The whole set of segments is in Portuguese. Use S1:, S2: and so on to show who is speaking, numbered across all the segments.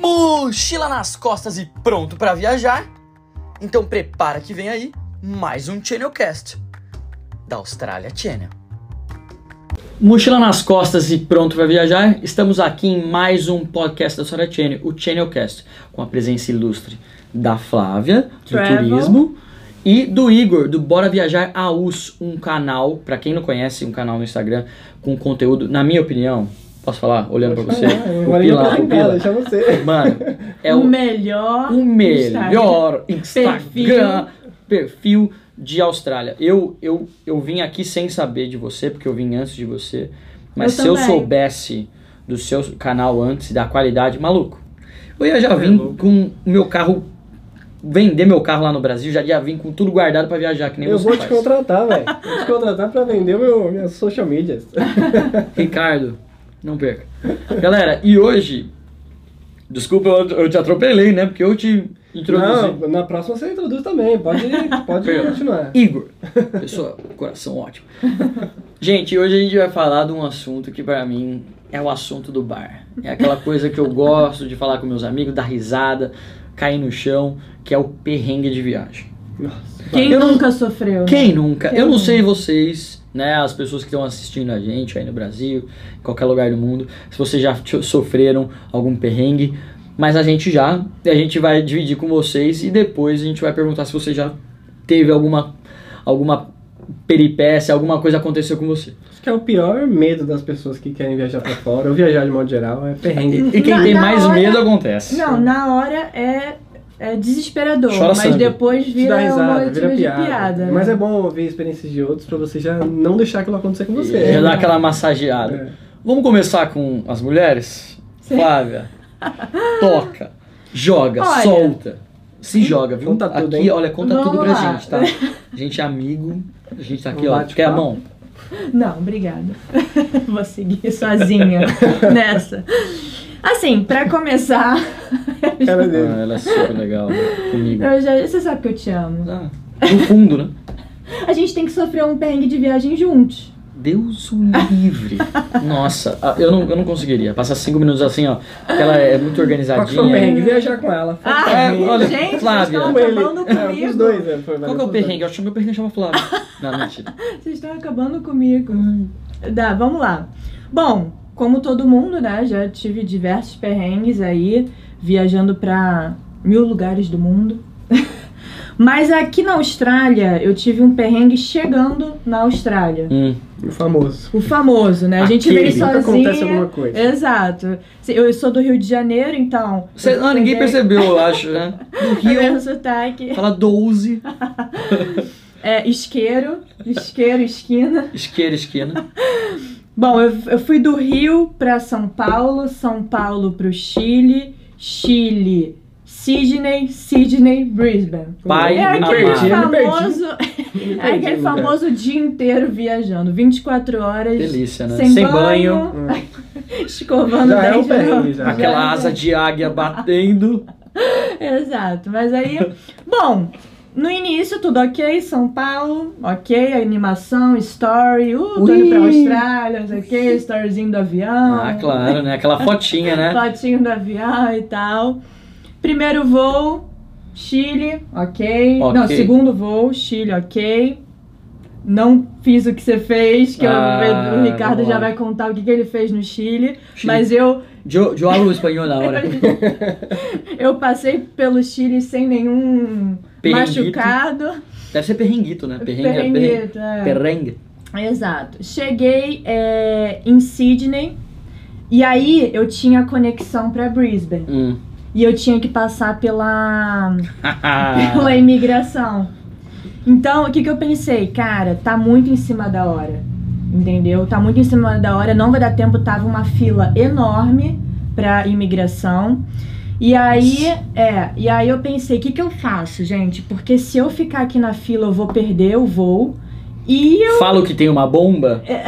S1: mochila nas costas e pronto para viajar? Então prepara que vem aí mais um Channelcast da Austrália Channel. Mochila nas costas e pronto para viajar? Estamos aqui em mais um podcast da Austrália Channel, o Channelcast, com a presença ilustre da Flávia, do
S2: Travel.
S1: Turismo, e do Igor, do Bora Viajar AUS, um canal, para quem não conhece, um canal no Instagram com conteúdo, na minha opinião, posso falar, olhando para você,
S3: é,
S1: o Pilar, o Pilar,
S3: deixa você.
S1: mano, é
S2: o
S1: o
S2: melhor.
S1: o melhor Instagram,
S2: Perfil.
S1: perfil de Austrália. Eu, eu, eu vim aqui sem saber de você, porque eu vim antes de você. Mas
S2: Eu
S1: se eu
S2: também.
S1: soubesse do seu canal antes, da qualidade, maluco, eu ia já
S3: É
S1: vim
S3: louco.
S1: com o meu carro, vender meu carro lá no Brasil, já ia vir com tudo guardado pra viajar, que nem
S3: Eu
S1: você
S3: vou te
S1: faz.
S3: contratar, velho. Vou te contratar pra vender meu, minhas social medias.
S1: Ricardo, não perca. Galera, e hoje, desculpa, eu, eu te atropelei, né? Porque eu te introduzi.
S3: Não, na próxima você introduz também. Pode, pode
S1: Perdão.
S3: continuar.
S1: Igor. Pessoa, coração ótimo. Gente, hoje a gente vai falar de um assunto que pra mim é o assunto do bar. É aquela coisa que eu gosto de falar com meus amigos, dar risada, cair no chão, que é o perrengue de viagem.
S3: Nossa,
S2: Quem
S1: Eu não-
S2: nunca sofreu? né?
S1: Quem nunca?
S2: Quem
S1: Eu não
S2: nunca?
S1: sei vocês, né, as pessoas que estão assistindo a gente aí no Brasil, em qualquer lugar do mundo, se vocês já t- sofreram algum perrengue, mas a gente já, e a gente vai dividir com vocês e depois a gente vai perguntar se você já teve alguma alguma peripécia, alguma coisa aconteceu com você.
S3: acho que é o pior medo das pessoas que querem viajar pra fora, ou viajar de modo geral, é
S1: E,
S3: perrengue.
S1: e quem
S2: Na-
S1: tem
S2: na
S1: mais
S2: hora-
S1: medo acontece.
S2: Não, na hora é, é desesperador.
S1: Chora
S2: mas
S1: sangue.
S2: depois
S3: Te dá
S2: vira uma
S3: risada,
S2: motivo
S3: vira
S2: de
S3: piada.
S1: né?
S2: piada. né?
S3: Mas é bom ouvir experiências de outros pra você já não deixar aquilo acontecer com você.
S1: Já dá aquela massageada.
S3: É.
S1: Vamos começar com as mulheres?
S2: Sim.
S1: Flávia, toca, joga,
S2: Olha.
S1: solta. Se joga, viu?
S3: Conta tudo,
S1: aqui,
S3: hein?
S1: olha, conta
S2: Vamos
S1: tudo pra
S2: lá.
S1: gente, tá? A gente é amigo, a gente tá aqui,
S3: Um
S1: ó.
S3: bate-papo.
S1: Quer a mão?
S2: Não, obrigada. Vou seguir sozinha nessa. Assim, pra começar,
S3: Cara
S1: Ah,
S3: dele.
S1: ela é super legal né? comigo.
S2: eu já, você sabe que eu te amo.
S1: Ah, no fundo, né?
S2: A gente tem que sofrer um perrengue de viagem juntos.
S1: Deus o livre. Nossa, ah, eu não, eu não conseguiria. Passar cinco minutos assim, ó. Porque ela é muito
S3: Qual que foi o
S1: organizadinha.
S3: perrengue? Viajar com ela. Foi
S2: Ah,
S1: É,
S3: perrengue.
S1: olha,
S2: gente,
S1: Flávia.
S2: vocês estão
S3: Com ele.
S2: acabando
S3: É,
S2: comigo.
S3: os dois, né? Foi,
S1: Qual que é o perrengue? Eu acho que meu perrengue chama Flávia. Não, mentira.
S2: Vocês estão acabando comigo. Dá, vamos lá. Bom, como todo mundo, né? Já tive diversos perrengues aí, viajando pra mil lugares do mundo. Mas aqui na Austrália, eu tive um perrengue chegando na Austrália.
S1: Hum.
S3: O famoso.
S2: O famoso, né? A gente
S1: Aquele.
S2: veio
S3: Sempre acontece
S2: sozinha.
S3: alguma coisa.
S2: Exato. Eu sou do Rio de Janeiro, então.
S1: Cê-
S2: eu
S1: ah, ninguém
S2: peguei-
S1: percebeu, eu acho, né? Do
S2: Tá vendo o
S1: Rio,
S2: sotaque.
S1: fala 12,
S2: É, isqueiro, isqueiro, esquina.
S1: esquerda, esquina.
S2: Bom, eu, eu fui do Rio para São Paulo, São Paulo para o Chile, Chile, Sydney, Sydney, Brisbane.
S1: Pai
S2: É
S1: amado.
S2: aquele
S1: perdi,
S3: eu me
S2: famoso,
S3: Me
S2: é
S3: perdi
S2: aquele
S3: no lugar.
S2: famoso dia inteiro viajando, 24 horas,
S1: Delícia, né?
S2: sem, banho,
S3: Hum.
S2: escovando
S3: Já é
S2: dente
S3: um perrengue,
S2: no-
S3: já.
S2: é.
S1: Aquela asa de águia batendo.
S2: Exato, mas aí, bom, no início tudo ok, São Paulo, ok, animação, story, uh, tô indo pra
S1: Ui.
S2: Austrália, não sei o que, storyzinho do avião.
S1: Ah, claro, né? Aquela fotinha, né?
S2: Fotinho do avião e tal. Primeiro voo, Chile, ok.
S1: Ok.
S2: Não, segundo voo, Chile, ok. Não fiz o que você fez, que eu-
S1: Ah,
S2: o Ricardo
S1: vamos
S2: já
S1: lá.
S2: vai contar o que, que ele fez no Chile,
S1: Chile.
S2: Mas eu,
S1: Eu, eu hablo espanhol agora.
S2: eu passei pelo Chile sem nenhum
S1: Perrenguito.
S2: machucado.
S1: Deve ser perrenguito, né? Perrengue, perrengue.
S2: Perrenguito, é.
S1: Perrengue.
S2: Exato. Cheguei é, em Sydney e aí eu tinha conexão pra Brisbane.
S1: Hum.
S2: E eu tinha que passar pela,
S1: Ah.
S2: pela imigração. Então, o que, que eu pensei? Cara, tá muito em cima da hora. Entendeu? Tá muito em cima da hora, não vai dar tempo. Tava uma fila enorme pra imigração. E aí, é, e aí eu pensei, o que, que eu faço, gente? Porque se eu ficar aqui na fila, eu vou perder o voo. E
S1: Falo que tem uma bomba
S2: É.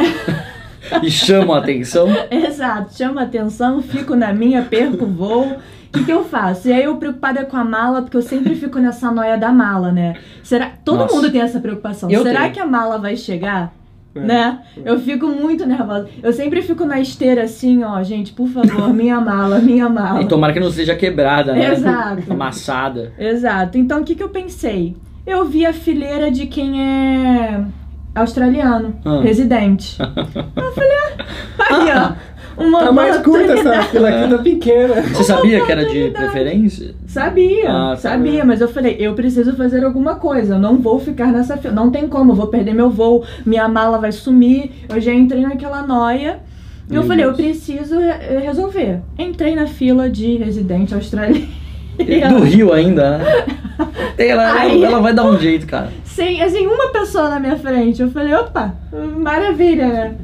S1: e chamo a atenção.
S2: Exato, chama atenção, fico na minha, perco o voo. O que, que eu faço? E aí eu preocupada com a mala, porque eu sempre fico nessa noia da mala, né? Será todo
S1: Nossa.
S2: mundo tem essa preocupação?
S1: Eu
S2: Será
S1: tenho.
S2: que a mala vai chegar?
S3: É.
S2: né? Eu fico muito nervosa. Eu sempre fico na esteira assim, ó, gente, por favor, minha mala, minha mala.
S1: E tomara que não seja quebrada, né?
S2: Exato.
S1: Amassada.
S2: Exato. Então o que, que eu pensei? Eu vi a fileira de quem é australiano,
S1: Ah.
S2: residente. Eu falei, ah, aí, ó. Uma
S3: Tá mais curta
S2: oportunidade.
S3: essa fila aqui tá pequena.
S1: Você sabia que era de preferência?
S2: Sabia,
S1: Ah, tá.
S2: sabia, mas eu falei, eu preciso fazer alguma coisa, eu não vou ficar nessa fila, não tem como, eu vou perder meu voo, minha mala vai sumir, eu já entrei naquela noia. E
S1: Meu
S2: eu falei, eu
S1: Deus.
S2: preciso re- eh, resolver. Entrei na fila de residente australiano.
S1: Do Rio ainda, né? Tem, ela,
S2: Aí.
S1: ela vai dar um jeito, cara.
S2: Sem, assim, uma pessoa na minha frente. Eu falei, opa, maravilha, né?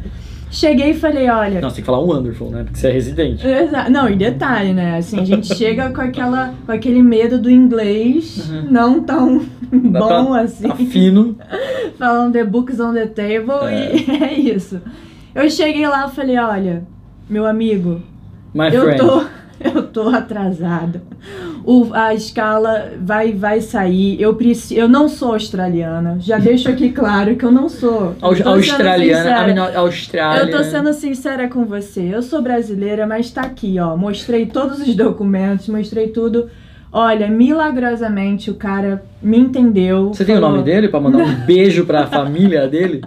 S2: Cheguei e falei, olha,
S1: Não, você tem que falar o Wonderful, né? Porque você é residente.
S2: Exa- Não, e detalhe, né? Assim, a gente chega com, aquela, com aquele medo do inglês
S1: Uhum.
S2: não tão bom assim.
S1: Tá fino.
S2: Falando the books on the table e é isso. Eu cheguei lá e falei, olha, meu amigo,
S1: My
S2: eu
S1: friend.
S2: tô, eu tô atrasada. O- a escala vai, vai sair. Eu, preci, eu não sou australiana. Já deixo aqui claro que eu não sou.
S1: Aus-
S2: Eu tô sendo
S1: australiana.
S2: sincera.
S1: A menor Austrália.
S2: Eu tô sendo sincera com você. Eu sou brasileira, mas tá aqui, ó. Mostrei todos os documentos, mostrei tudo. Olha, milagrosamente o cara me entendeu.
S1: Você tem o
S2: falou,
S1: nome dele pra mandar um beijo pra família dele?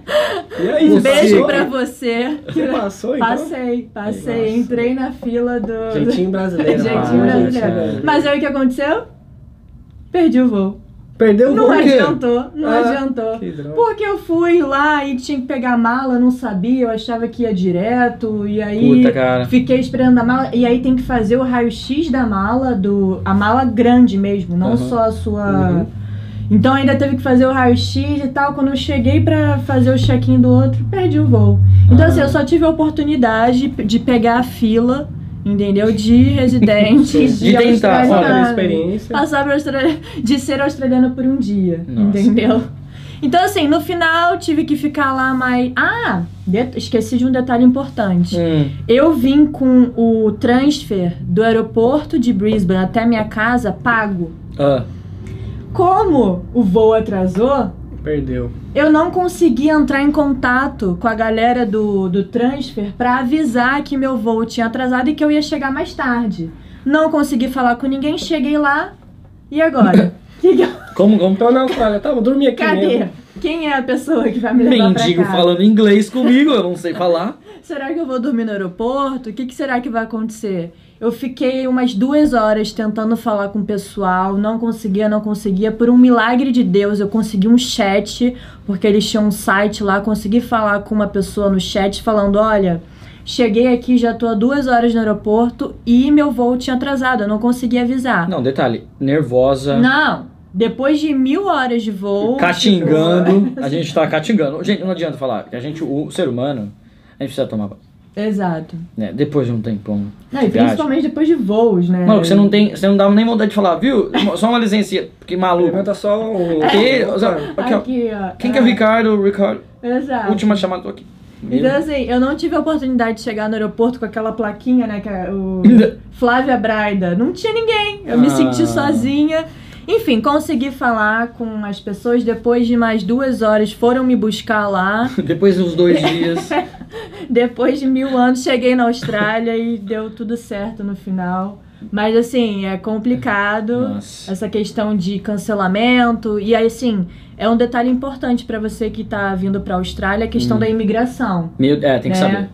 S3: E é aí,
S2: Um
S1: Você-
S2: beijo pra você.
S3: Você passou, então?
S2: Passei, passei.
S1: Nossa.
S2: Entrei na fila do. do...
S3: Jeitinho brasileiro.
S2: Jeitinho
S3: Ah,
S2: brasileiro.
S1: é.
S2: Mas aí o que aconteceu? Perdi o voo.
S3: Perdeu o
S2: Não é
S3: gol, por quê?
S2: adiantou, não
S3: Ah,
S2: adiantou.
S3: Que droga.
S2: Porque eu fui lá e tinha que pegar a mala, eu não sabia, eu achava que ia direto, e aí.
S1: Puta, cara.
S2: Fiquei esperando a mala e aí tem que fazer o raio-x da mala do a mala grande mesmo, não
S1: Aham.
S2: só a sua.
S3: Uhum.
S2: Então ainda teve que fazer o raio-x e tal. Quando eu cheguei pra fazer o check-in do outro, perdi o voo. Então
S1: Ah.
S2: assim, eu só tive a oportunidade de pegar a fila, entendeu? De residentes, de,
S1: De tentar,
S3: Olha,
S1: Olha,
S3: pela
S2: australianos.
S3: experiência.
S2: Passar por Austrália, de ser australiano por um dia,
S1: Nossa.
S2: entendeu? Então assim, no final tive que ficar lá mais. Ah, det- esqueci de um detalhe importante.
S1: Hum,
S2: Eu vim com o transfer do aeroporto de Brisbane até minha casa pago.
S1: ah,
S2: Como o voo atrasou,
S3: Perdeu.
S2: eu não consegui entrar em contato com a galera do, do transfer pra avisar que meu voo tinha atrasado e que eu ia chegar mais tarde. Não consegui falar com ninguém, cheguei lá e agora? Que que eu-
S1: como, como?
S3: Então na Austrália, tá, eu dormi aqui
S2: Cadê?
S3: mesmo.
S2: Quem é a pessoa que vai me levar
S1: Mendigo
S2: pra cá?
S1: falando inglês comigo, eu não sei falar.
S2: Será que eu vou dormir no aeroporto? O que, que será que vai acontecer? Eu fiquei umas duas horas tentando falar com o pessoal, não conseguia, não conseguia. Por um milagre de Deus, eu consegui um chat, porque eles tinham um site lá, consegui falar com uma pessoa no chat falando: olha. Cheguei aqui, já tô há duas horas no aeroporto e meu voo tinha atrasado, eu não consegui avisar.
S1: Não, detalhe, nervosa.
S2: Não, depois de mil horas de voo.
S1: Tá Catingando, a gente tá catingando. Gente, não adianta falar que a gente, o ser humano, a gente precisa tomar,
S2: Exato.
S1: né, depois de um tempão.
S2: Não, e
S1: Viagem.
S2: principalmente depois de voos, né?
S1: Mano, você não tem, você não dava nem vontade de falar, viu? Só uma licença, porque maluco. É.
S3: Levanta só um- o...
S2: É.
S1: Que- Aqui, ó.
S2: Aqui, ó. é,
S1: Quem que é o Ricardo? Ricardo,
S2: Exato.
S1: última chamada, tô aqui.
S2: Então, assim, eu não tive a oportunidade de chegar no aeroporto com aquela plaquinha, né? Que é o Flávia Braida. Não tinha ninguém. Eu me
S1: Ah.
S2: senti sozinha. Enfim, consegui falar com as pessoas. Depois de mais duas horas, foram me buscar lá.
S1: Depois de uns dois dias.
S2: Depois de mil anos, cheguei na Austrália e deu tudo certo no final. Mas, assim, é complicado.
S1: Nossa.
S2: Essa questão de cancelamento. E aí, assim, é um detalhe importante pra você que tá vindo pra Austrália, a questão
S1: Hum.
S2: da imigração.
S1: Meu, é, tem que
S2: É.
S1: saber.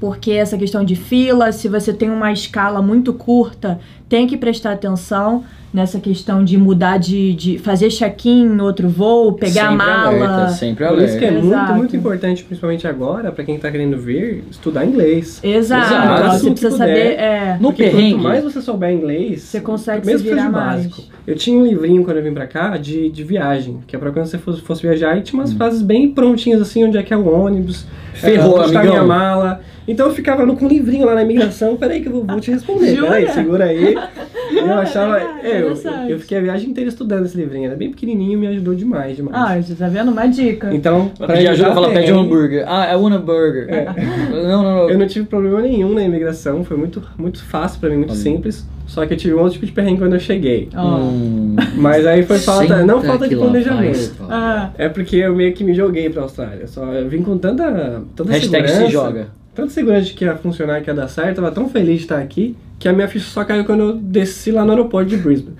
S2: porque essa questão de fila, se você tem uma escala muito curta, tem que prestar atenção nessa questão de mudar de, de fazer check-in no outro voo,
S1: sempre
S2: pegar a mala.
S1: Alerta, sempre
S3: Por
S1: alerta.
S3: isso que é muito,
S2: Exato.
S3: muito importante, principalmente agora, pra quem tá querendo vir, estudar inglês.
S2: Exato.
S1: Exato.
S2: Então,
S3: Assim
S2: Você
S3: que
S2: precisa
S3: puder.
S2: saber. É,
S1: No
S3: Porque
S1: perrengue.
S3: quanto mais você souber inglês,
S2: Você consegue
S3: mesmo
S2: se
S3: que seja
S2: virar
S3: o
S2: mais.
S3: básico. Eu tinha um livrinho quando eu vim pra cá de, de viagem, que é pra quando você fosse, fosse viajar e tinha umas frases bem prontinhas assim, onde é que é o ônibus,
S1: Hum. Ferrou,
S3: é, onde tá
S1: amigão.
S3: minha mala. Então eu ficava no, com um livrinho lá na imigração, peraí que eu vou, vou te responder.
S2: Jura?
S3: Peraí, segura aí. eu achava.
S2: legal,
S3: é, eu,
S2: interessante.
S3: eu fiquei a viagem inteira estudando esse livrinho. Era bem pequenininho me ajudou demais, demais.
S2: Ah, você tá vendo? Uma dica.
S3: então,
S1: Pra pedir
S3: evitar
S1: é. ajuda, fala, pede um
S3: perrengue,
S1: hambúrguer. Ah, I want a burger. Não, não,
S3: Eu
S1: não.
S3: não tive problema nenhum na imigração, foi muito, muito fácil pra mim, muito
S1: Olha.
S3: simples. Só que eu tive um outro tipo de perrengue quando eu cheguei.
S2: Ó.
S1: Hum.
S3: Mas aí foi falta, não
S1: Senta
S3: falta
S1: que
S3: de
S1: lá
S3: planejamento.
S1: vai, fala.
S2: Ah,
S3: É porque eu meio que me joguei pra Austrália. Só eu vim com tanta, tanta
S1: Hashtag
S3: segurança.
S1: se joga.
S3: Tanta segurança de que ia funcionar, que ia dar certo. Eu tava tão feliz de estar aqui que a minha ficha só caiu quando eu desci lá no aeroporto de Brisbane.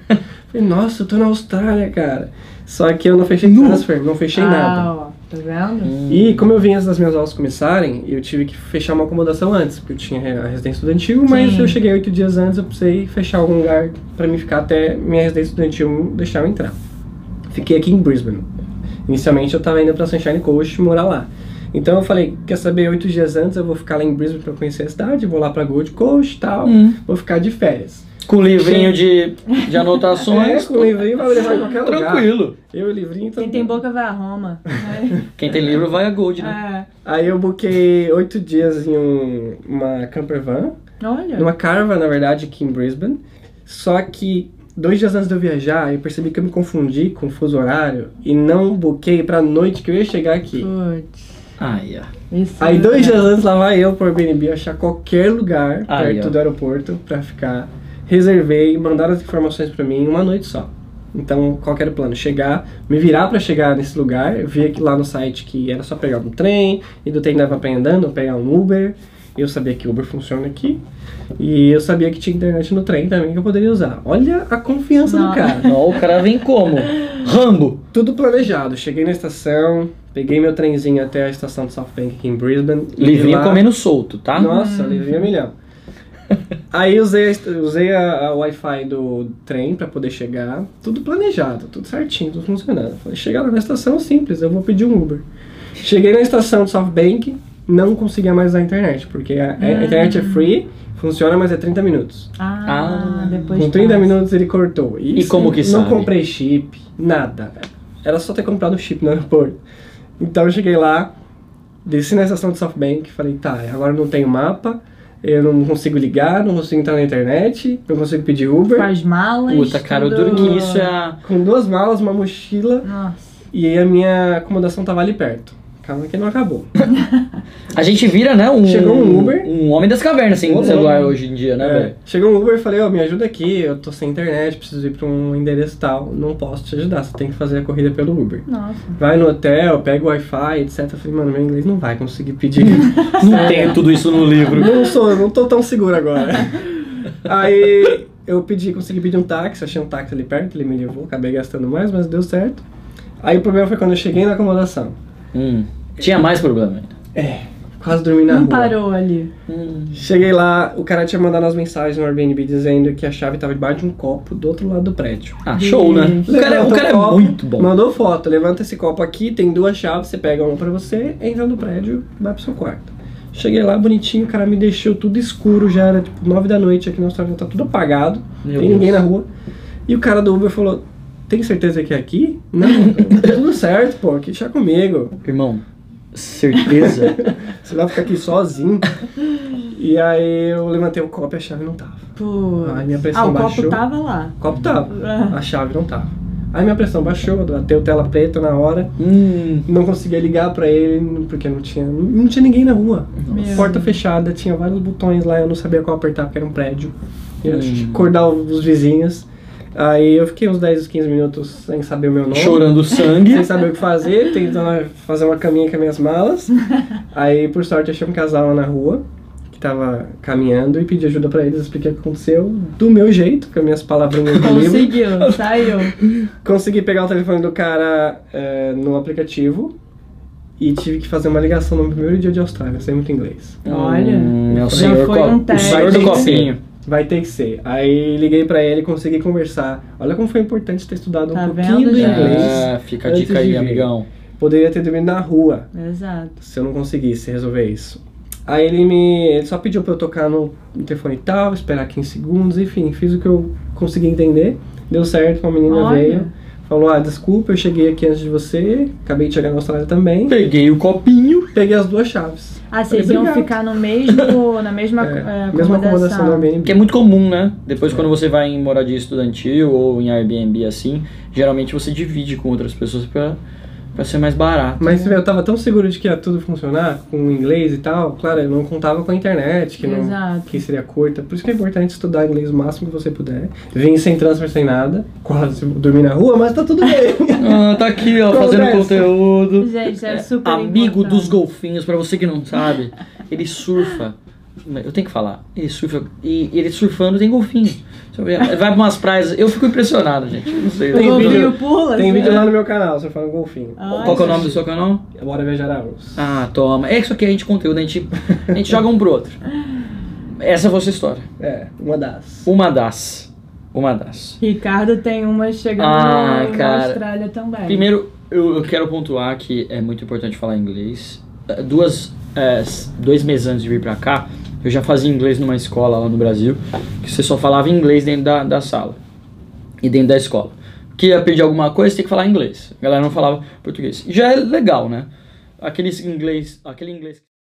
S3: Falei, nossa, eu tô na Austrália, cara. Só que eu não fechei transfer, não fechei
S1: Ah,
S3: nada. Hum.
S2: ó, tá vendo?
S3: E como eu vim antes das minhas aulas começarem, eu tive que fechar uma acomodação antes, porque eu tinha a residência estudantil, mas
S2: Sim.
S3: eu cheguei oito dias antes, eu precisei fechar algum lugar pra mim ficar até minha residência estudantil deixar eu entrar. Fiquei aqui em Brisbane. Inicialmente eu tava indo pra Sunshine Coast morar lá. Então eu falei, quer saber, oito dias antes eu vou ficar lá em Brisbane pra conhecer a cidade, vou lá pra Gold Coast e tal,
S1: Hum.
S3: vou ficar de férias.
S1: Com livrinho de, de
S3: É,
S1: anotações.
S3: com o livrinho vai me levar em qualquer lugar.
S1: Tranquilo.
S3: Eu e o livrinho... então-
S2: Quem tem boca vai a Roma.
S1: Quem tem livro vai a Gold, né?
S2: É.
S3: Aí eu buquei oito dias em um, uma camper van,
S2: É. Olha.
S3: numa carva, na verdade, aqui em Brisbane. Só que dois dias antes de eu viajar, eu percebi que eu me confundi com o fuso horário e não buquei pra noite que eu ia chegar aqui.
S2: Putz.
S1: Ai, ah,
S2: Isso
S3: Aí
S2: é-
S3: dois dias antes lá vai eu pro Airbnb achar qualquer lugar
S1: Aí,
S3: perto
S1: ó.
S3: do aeroporto pra ficar. Reservei, mandaram as informações pra mim em uma noite só. Então, qual que era o plano? Chegar, me virar pra chegar nesse lugar. Eu vi aqui lá no site que era só pegar um trem, e do trem dava pra ir andando, pegar um Uber. Eu sabia que Uber funciona aqui. E eu sabia que tinha internet no trem também que eu poderia usar. Olha a confiança
S2: Não.
S3: do cara.
S1: Não, o cara vem como? Rambo.
S3: Tudo planejado. Cheguei na estação, peguei meu trenzinho até a estação de South Bank aqui em Brisbane. e de
S1: Livrinho
S3: lá-
S1: comendo solto, tá?
S3: nossa, livrinho é milhão. Aí usei, a, est- usei a, a Wi-Fi do trem pra poder chegar. Tudo planejado, tudo certinho, tudo funcionando. Falei, chegar lá na estação simples, eu vou pedir um Uber. Cheguei na estação de South Bank, não conseguia mais usar a internet, porque a, a- a internet é free, funciona, mas é 30 minutos.
S2: Ah,
S1: Ah,
S2: depois
S3: Com 30
S2: passa.
S3: minutos ele cortou.
S1: E como que
S3: não
S1: sabe?
S3: comprei chip, nada. Era só ter comprado chip no aeroporto. Então eu cheguei lá, desci na estação de SoftBank, falei, tá, agora eu não tenho mapa, eu não consigo ligar, não consigo entrar na internet, não consigo pedir Uber.
S2: Com as malas.
S1: Puta, cara, eu
S2: tudo-
S1: duro que isso é a...
S3: Com duas malas, uma mochila,
S2: Nossa.
S3: e aí a minha acomodação tava ali perto. Calma que não acabou.
S1: A gente vira, né? Um,
S3: Chegou um Uber.
S1: Um homem das cavernas sem
S3: Um homem.
S1: celular hoje em dia, né,
S3: É,
S1: velho?
S3: Chegou um Uber e falei, ó, me ajuda aqui, eu tô sem internet, preciso ir pra um endereço tal, não posso te ajudar, você tem que fazer a corrida pelo Uber.
S2: Nossa.
S3: Vai no hotel, pega o Wi-Fi, etc. Eu falei, mano, meu inglês não vai conseguir pedir.
S1: Não tem tudo isso no livro.
S3: não sou, não tô tão seguro agora. Aí eu pedi, consegui pedir um táxi, achei um táxi ali perto, ele me levou, acabei gastando mais, mas deu certo. Aí o problema foi quando eu cheguei na acomodação.
S1: Hum, tinha mais problema ainda.
S3: É, quase dormi na
S2: não
S3: rua.
S2: parou ali.
S1: Hum.
S3: Cheguei lá, o cara tinha mandado as mensagens no Airbnb dizendo que a chave tava debaixo de um copo do outro lado do prédio.
S1: Ah, show, né? O cara, o
S3: Levanta
S1: cara é
S3: copo,
S1: muito bom.
S3: Mandou foto, levanta esse copo aqui, tem duas chaves, você pega uma pra você, entra no prédio, vai pro seu quarto. Cheguei lá bonitinho, o cara me deixou tudo escuro, já era tipo 9 da noite aqui na Austrália, tá tudo apagado,
S1: Meu
S3: tem
S1: Deus.
S3: ninguém na rua. E o cara do Uber falou: Tem certeza que é aqui? Não, tá tudo certo, pô, aqui deixa comigo.
S1: Irmão, certeza?
S3: Você vai ficar aqui sozinho. E aí eu levantei o copo e a chave não tava.
S2: Pô.
S3: Ai, minha pressão
S2: ah, o
S3: baixou.
S2: copo tava lá.
S3: O copo tava,
S2: Ah.
S3: a chave não tava. Aí minha pressão baixou, bateu tela preta na hora.
S1: hum.
S3: Não conseguia ligar pra ele porque não tinha, não tinha ninguém na rua.
S2: Meu.
S3: Porta fechada, tinha vários botões lá, eu não sabia qual apertar porque era um prédio. Eu tinha que
S1: Hum.
S3: acordar os vizinhos. Aí eu fiquei uns 10, 15 minutos sem saber o meu nome.
S1: Chorando sangue.
S3: Sem saber o que fazer, tentando fazer uma caminha com as minhas malas. Aí, por sorte, achei um casal lá na rua que tava caminhando e pedi ajuda pra eles, expliquei o que aconteceu do meu jeito, com as minhas palavrinhas do livro.
S2: Conseguiu, saiu.
S1: Hum,
S3: Consegui pegar o telefone do cara eh, no aplicativo e tive que fazer uma ligação no meu primeiro dia de Austrália, sem muito inglês.
S2: Olha.
S1: Hum, é o
S2: Já
S1: senhor,
S2: foi
S1: co-
S2: um
S1: o
S2: teste.
S1: senhor do
S3: Vai ter que ser.
S1: copinho.
S3: Vai ter que ser. Aí liguei pra ele, consegui conversar. Olha como foi importante ter estudado
S2: Tá
S3: um pouquinho
S2: vendo,
S3: do
S2: gente?
S3: inglês.
S1: É, fica a
S3: Antes
S1: dica
S3: de
S1: aí,
S3: vir.
S1: amigão.
S3: Poderia ter dormido na rua
S2: Exato.
S3: se eu não conseguisse resolver isso. Aí ele me. Ele só pediu pra eu tocar no interfone tal, esperar 15 segundos, enfim, fiz o que eu consegui entender. Deu certo, uma menina
S2: Olha.
S3: veio, Falou, ah, desculpa, eu cheguei aqui antes de você, acabei de chegar na Austrália também.
S1: Peguei o copinho.
S3: Peguei as duas chaves.
S2: Ah, vocês
S3: Falei,
S2: iam
S3: "Obrigado."
S2: ficar no mesmo, na mesma é,
S3: É, mesma acomodação do Airbnb.
S1: Que é muito comum, né? Depois, quando você vai em moradia estudantil ou em Airbnb assim, geralmente você divide com outras pessoas pra, pra ser mais barato.
S3: Mas eu tava tão seguro de que ia tudo funcionar, com o inglês e tal, claro, eu não contava com a internet, que, não,
S2: Exato.
S3: que seria curta. Por isso que é importante estudar inglês o máximo que você puder. Vim sem transfer, sem nada, quase dormi na rua, mas tá tudo bem.
S1: Ah, tá aqui, ó,
S3: Conversa.
S1: fazendo conteúdo.
S2: Gente, é super
S1: Amigo
S2: importante.
S1: dos golfinhos, pra você que não sabe, ele surfa. Eu tenho que falar. Ele surfa. E ele surfando tem golfinho. Deixa eu ver, Vai pra umas praias. Eu fico impressionado, gente. Não sei.
S2: O
S3: Tem
S1: Eu-
S3: vídeo-
S2: golfinho pula,
S3: Tem
S2: assim.
S3: vídeo lá no meu canal, você fala golfinho.
S2: Ah.
S1: Qual que é o nome do seu canal?
S3: Bora viajar a Rus.
S1: Ah, toma. É isso aqui a gente conteúdo, a gente, a gente joga um pro outro. Essa foi a sua história.
S3: É, uma das.
S1: Uma das. Uma das.
S2: Ricardo tem uma chegando
S1: Ah,
S2: na
S1: cara.
S2: Austrália também.
S1: Primeiro, eu, eu quero pontuar que é muito importante falar inglês. Eh, Duas, eh, s- dois meses antes de vir pra cá, eu já fazia inglês numa escola lá no Brasil, que você só falava inglês dentro da, da sala e dentro da escola. Queria pedir alguma coisa, você tem que falar inglês. A galera não falava português. Já é legal, né? Aquele inglês, aquele inglês